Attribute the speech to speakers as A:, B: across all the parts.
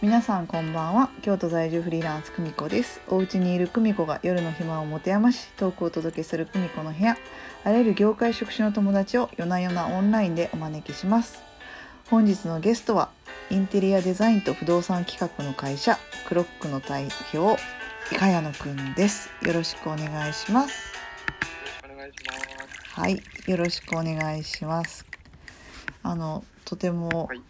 A: 皆さんこんばんは京都在住フリーランス久美子ですお家にいる久美子が夜の暇を持て余しトークをお届けする久美子の部屋あらゆる業界職種の友達を夜な夜なオンラインでお招きします本日のゲストはインテリアデザインと不動産企画の会社クロックの代表茅野くんですよろしくお願いします
B: よろしくお願いします。
A: はい、よろしくお願いします。あのとても
B: はい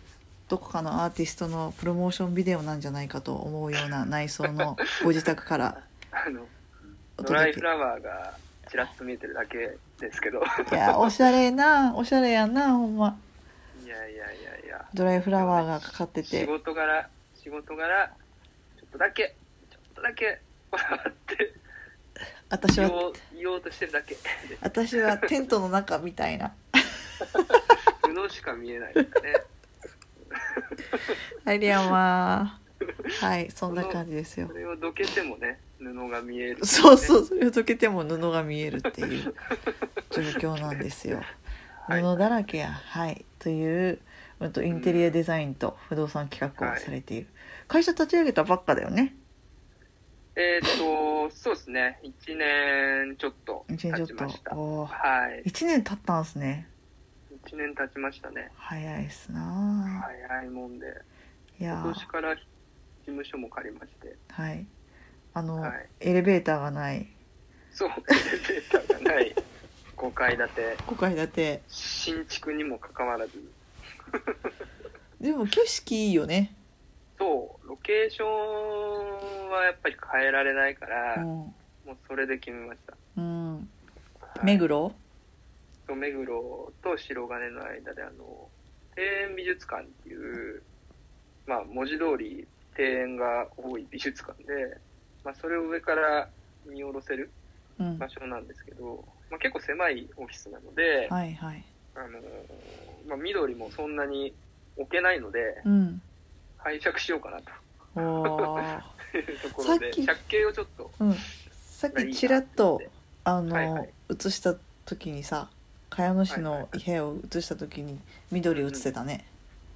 A: どこかのアーティストのプロモーションビデオなんじゃないかと思うような内装 のご自宅から
B: あの、
A: お
B: ドライ
A: 届
B: フ
A: け。
B: ラワーがちらっと見えてるだけですけど。
A: いや、おしゃれな、おしゃれやな、ほんま。
B: いやいやいやいや。
A: ドライフラワーがかかって
B: 仕
A: て、
B: 事柄、仕事柄、ちょっとだけ、ちょっとだけ、笑って、
A: 私
B: 言
A: は
B: おう、言おうとしてるだけ。
A: 私はテントの中みたいな。
B: 布しか見えないですね。
A: はい、リアマー。はい、そんな感じですよ
B: そ。れをどけてもね、布が見える。。
A: そうそうう、それを溶けても布が見えるっていう状況なんです よ。布だらけや、はい、という、うんとインテリアデザインと不動産企画をされている。会社立ち上げたばっかだよね。
B: えーっと、そうですね。一年ちょっと経
A: 一年ち
B: ち
A: ょっ
B: ました
A: と。。おー
B: はい。
A: 一年経ったんですね。
B: 一年経ちましたね。
A: 早いっすな
B: 早いもんで。
A: ー。いや
B: 今
A: ー
B: 年から事務所も借りまして。
A: はい。あの、
B: はい
A: エレベーターがない
B: そう、エレベーターがない5階建て、
A: 5階建て。
B: 新築にもかかわらず、
A: でも景色いいよね。
B: そう、ロケーションはやっぱり変えられないから、も
A: う
B: うそれで決めました。
A: ん。うん。
B: はい
A: 目黒。
B: そう目黒と白金の間で、あの、庭園美術館っていう、まあ文字通り庭園が多い美術館で、まあそれを上から見下ろせる
A: うん。
B: 場所なんですけど、まあ結構狭いオフィスなので、
A: はいはい。
B: あのまあ、緑もそんなに置けないので
A: う、ん。
B: 拝借しようかなと
A: おー。
B: いうところで、
A: さっき
B: 借景をちょっと、
A: うん、さっきちらっとあの、
B: はいはい
A: 映した時にさ茅野市
B: はい
A: の部屋を映した時に緑映ってたね、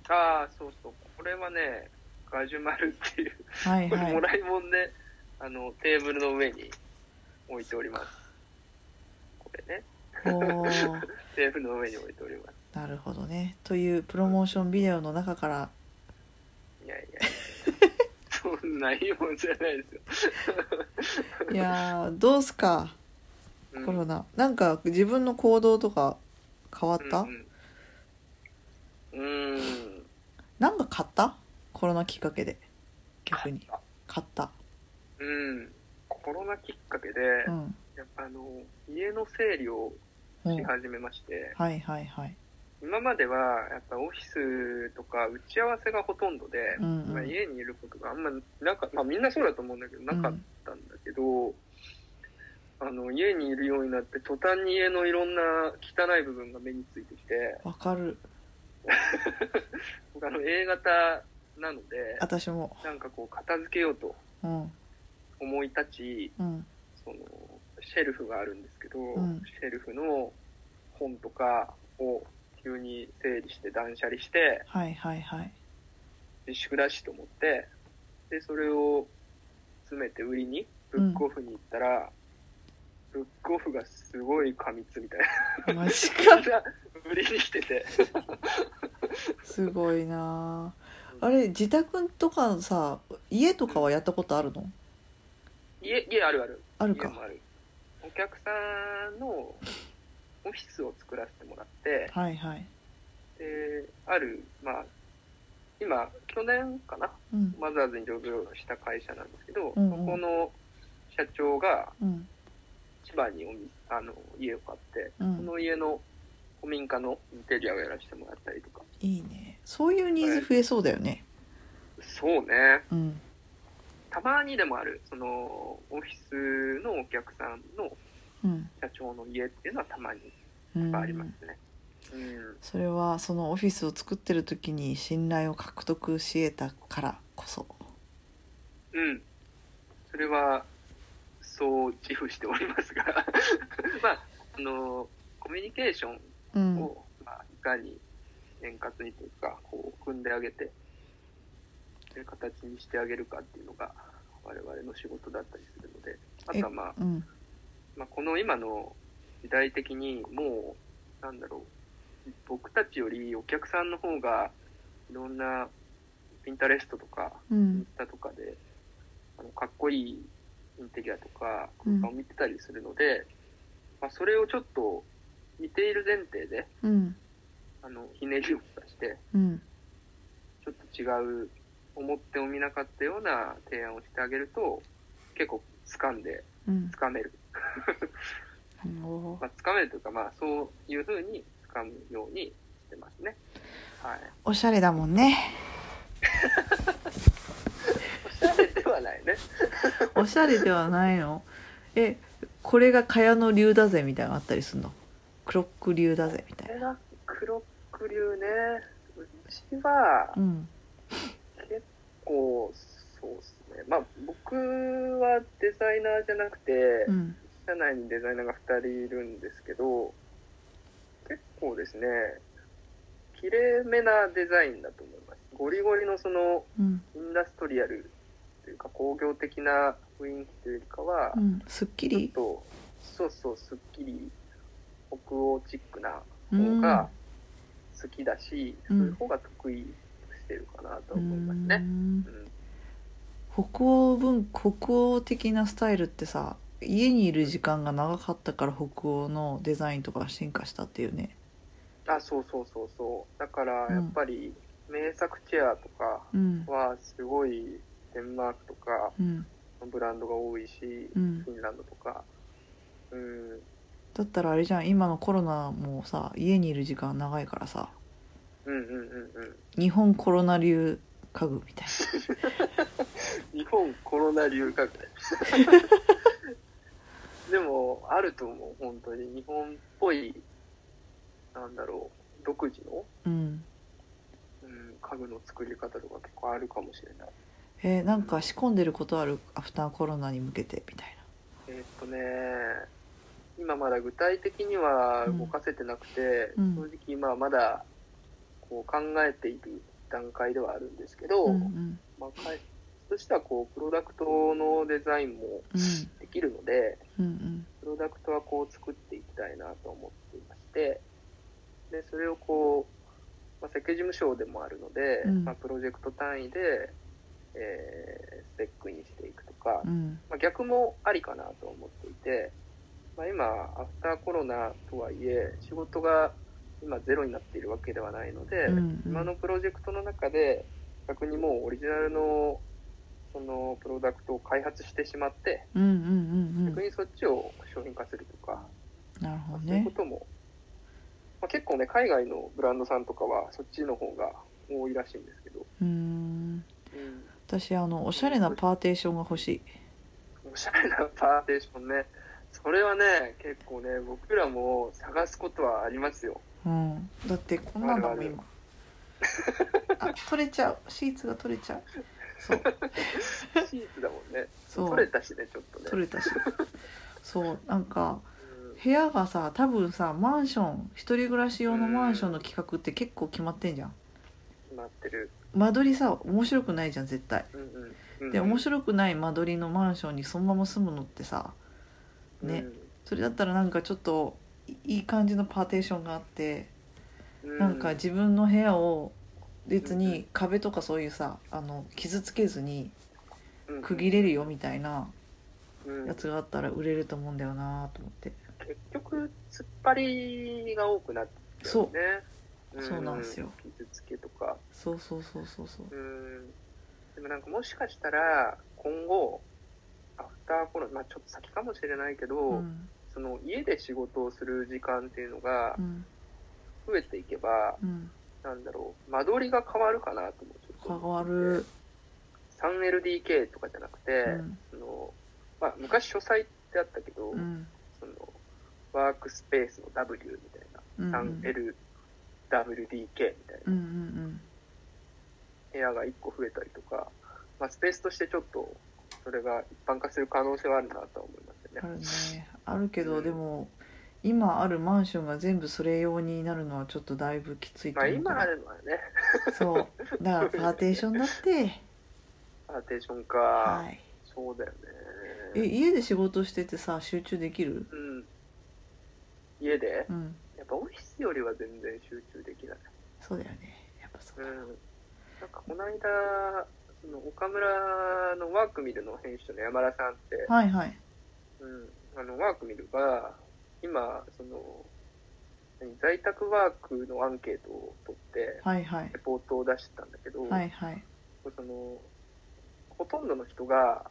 B: ああ、そうそう、これはね、ガジュマルっていう、
A: はい
B: これ
A: はい
B: もらいもんで、あの、テーブルの上に置いております。これね、
A: おー
B: テーブルの上に置いております。
A: なるほどねというプロモーションビデオの中 から
B: いやいやい や、そんないいもんじゃないですよ。
A: いやーどうすか
B: うん
A: コロナ、なんか自分の行動とか変わった、
B: うんうん、うーん
A: なんか買ったコロナきっかけで逆に買った
B: うん、コロナきっかけで、
A: うん、
B: やっぱあの家の整理を
A: うん
B: し始めまして、
A: はいはいはい
B: 今まではやっぱオフィスとか打ち合わせがほとんどで、
A: うんうん
B: まあ、家にいることがあんまなか、まあ、みんなそうだと思うんだけどなかったんだけど、あの家にいるようになって途端に家のいろんな汚い部分が目についてきて
A: わかる
B: 僕あの A 型なので
A: 私も
B: なんかこう片付けようと
A: うん
B: 思い立ち
A: うん
B: そのシェルフがあるんですけど、
A: ん
B: シェルフの本とかを急に整理して断捨離して
A: はいはいはい
B: 自粛だしと思ってでそれを詰めて売りにブックオフに行ったら、ブックオフがすごい過密みたい
A: マジか
B: な売りに来てて
A: すごいなああれ自宅とかさ家とかはやったことあるの
B: 家家あるある
A: ある
B: 家
A: か
B: もあるお客さんのオフィスを作らせてもらって
A: はいはい
B: であるまあ今去年かな
A: うん
B: マザーズに上場した会社なんですけど、
A: うんうん
B: そこの社長が
A: うん
B: 千葉におみあの家を買って、
A: う
B: そ
A: ん
B: の家の古民家のインテリアをやらせてもらったりとか。
A: いいねそういうニーズ増えそうだよね
B: そうね。
A: うん
B: たまにでもある、その、オフィスのお客さんの
A: うん
B: 社長の家っていうのはたまに
A: う
B: やっぱあります
A: ん
B: ね。うん。
A: それはそのオフィスを作ってる時に信頼を獲得し得たからこそ
B: うん。それは、そう自負しておりますが、 まあ、あの、コミュニケーション
A: うん
B: を、まあ、いかに円滑にというか、こう、組んであげて、で形にしてあげるかっていうのが我々の仕事だったりするのであとはまあ
A: うん
B: まあ、この今の時代的にもうなんだろう僕たちよりお客さんの方がいろんなピンタレストとか
A: う
B: イン
A: ん
B: スタとかであのかっこいいインテリアとか
A: うん
B: 空間を見てたりするので、まあ、それをちょっと見ている前提で
A: うん
B: あのひねりを出して
A: うん
B: ちょっと違う思ってもみなかったような提案をしてあげると結構掴んで
A: うん
B: 掴める
A: うんおー
B: まあ、つかめるというか、まあ、そういうふうにつかむようにしてますね。はい。
A: おしゃれだもんね
B: おしゃれではないね。
A: おしゃれではないのえこれが茅野流だぜみたいなのあったりするのクロック流だぜみた
B: こ
A: いな
B: れが黒ク流ね。うちは
A: うん
B: 結構そうですね。まあ、僕はデザイナーじゃなくて、
A: うん
B: 社内にデザイナーが2人いるんですけど、結構ですね、綺麗めなデザインだと思います。ゴリゴリのその
A: うん
B: インダストリアルというか工業的な雰囲気というよりかは
A: う、んすっき
B: ちょっ
A: り
B: とそうそうすっきり北欧チックな
A: う
B: 方
A: ん
B: が好きだし、
A: うん
B: そういう方が得意としてるかなとは思います
A: う
B: ね。
A: ん
B: うん
A: 北欧文北欧的なスタイルってさ家にいる時間が長かったから北欧のデザインとかが進化したっていうね
B: あそうそうそうそうだから
A: うん
B: やっぱり名作チェアとか
A: うん
B: はすごいデンマークとか
A: うん
B: のブランドが多いし、
A: うん
B: フィンランドとか、うん、
A: だったらあれじゃん今のコロナもさ家にいる時間長いからさ
B: うんうんうんうん
A: 日本コロナ流家具みたい
B: 日本コロナ流拡大 でもあると思う本当に日本っぽいなんだろう独自の、
A: なうん
B: うん、家具の作り方とか結構あるかもしれない
A: えーなんか仕込んでることあるアフターコロナに向けてみたい
B: えーっとね今まだ具体的には
A: うん
B: 動かせてなくて、
A: うん
B: 正直今はまだこう考えている段階ではあるんですけど、
A: なうん
B: まあ、かいそしたらこうプロダクトのデザインも
A: うん
B: できるので、
A: うんうん
B: プロダクトはこう作っていきたいなと思っていまして、で、それをこう、まあ、設計事務所でもあるので、
A: うん
B: まあ、プロジェクト単位で、えースペックインしていくとか
A: う、ん
B: まあ、逆もありかなと思っていて、まあ、今、アフターコロナとはいえ、仕事が今ゼロになっているわけではないので、
A: うんうん
B: 今のプロジェクトの中で、逆にもうオリジナルの、そのプロダクトを開発してしまって、
A: うんうんうんうん
B: 逆にそっちを商品化するとか、
A: なるほど
B: そういう
A: ね
B: ことも、まあ、結構ね海外のブランドさんとかはそっちの方が多いらしいんですけど、
A: うーん私あのおしゃれなパーテーションが欲しい
B: おしゃれなパーテーションねそれはね結構ね僕らも探すことはありますよ
A: うん、だってこんなの
B: あ
A: も
B: るある
A: 今あ取れちゃうシーツが取れちゃうそう
B: シーツだもんね
A: そう
B: 取れたしねちょっとね
A: 取れたしそうなんか
B: うん
A: 部屋がさ多分さマンション一人暮らし用のマンションの企画って結構決まってんじゃん
B: 決まってる、
A: 間取りさ面白くないじゃん絶対
B: うんうんうん
A: で面白くない間取りのマンションにそのまま住むのってさねそれだったらなんかちょっといいい感じのパーテーションがあって
B: うん
A: なんか自分の部屋を別に壁とかそういうさあの傷つけずに区切れるよみたいな
B: うん
A: やつがあったら売れると思うんだよなと思って
B: 結局突っ張りが多くなってきちゃね
A: そうそうなんですよ
B: 傷つけとか
A: そうそうそうそうそう
B: うんでもなんかもしかしたら今後アフターコロナ、まあ、ちょっと先かもしれないけど、
A: うん
B: その家で仕事をする時間っていうのが
A: うん
B: 増えていけば、
A: うん
B: なんだろう間取りが変わるかなともちょっと
A: 変
B: 思
A: わ
B: って
A: る
B: 3LDK とかじゃなくて、
A: うん
B: そのまあ、昔書斎ってあったけど、
A: うん
B: そのワークスペースの W みたいな
A: うんうん
B: 3LWDK みたい
A: うんう
B: なん部屋が1個増えたりとか、まあ、スペースとしてちょっとそれが一般化する可能性はあるなとは思います
A: あ
B: よね。
A: るねあるけどでも今あるマンションが全部それ用になるのはちょっとだいぶきついと
B: まあ
A: 思う
B: 今
A: か
B: あ
A: ら
B: るのはね、
A: そうだからパーテーションだって
B: パーテーションか、
A: はい
B: そうだよね
A: え家で仕事しててさ集中できる
B: うん家で
A: うん
B: やっぱオフィスよりは全然集中できない
A: そうだよねやっぱそううんだ、
B: なんかこの間その岡村のワークミルの編集者の山田さんって、
A: はいはい
B: うん、あのワークミルが今その何在宅ワークのアンケートを取って
A: はいはい
B: レポートを出してたんだけど、
A: はいはい
B: そのほとんどの人が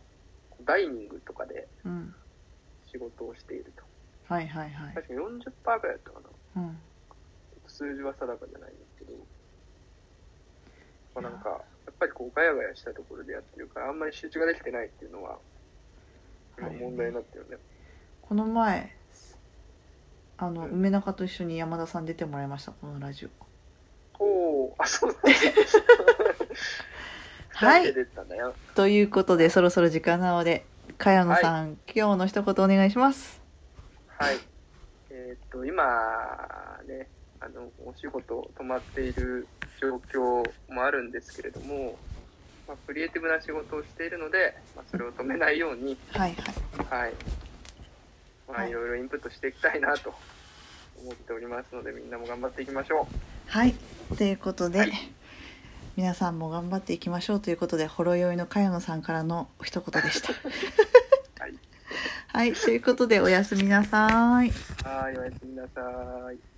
B: ダイニングとかで
A: うん
B: 仕事をしていると
A: はいはいはい
B: 確か40%ぐらいだったかな
A: うん
B: 数字は定かじゃないんですけど、まあ、なんかやっぱりこうガヤガヤしたところでやってるからあんまり集中ができてないっていうのは今
A: はい
B: 問題になってるよね、
A: この前あの、
B: うん
A: 梅中と一緒に山田さん出てもらいましたこのラジオ
B: おおあそうなんだ
A: はい
B: 二人で出てたんだよ
A: ということでそろそろ時間なので茅野さん、今日の一言お願いします
B: はいえーっと今ねあのお仕事止まっている状況もあるんですけれども、まあ、クリエイティブな仕事をしているので、まあ、それを止めないように
A: はいはい
B: はい。まあ、
A: はい
B: いろいろインプットしていきたいなと思っておりますので、みんなも頑張っていきましょ
A: はいということで、
B: はい
A: 皆さんも頑張っていきましょうということでほろ酔いの茅野さんからの一言でした
B: う。 はい。
A: はいということでおやすみなさい
B: はい、おやすみなさい。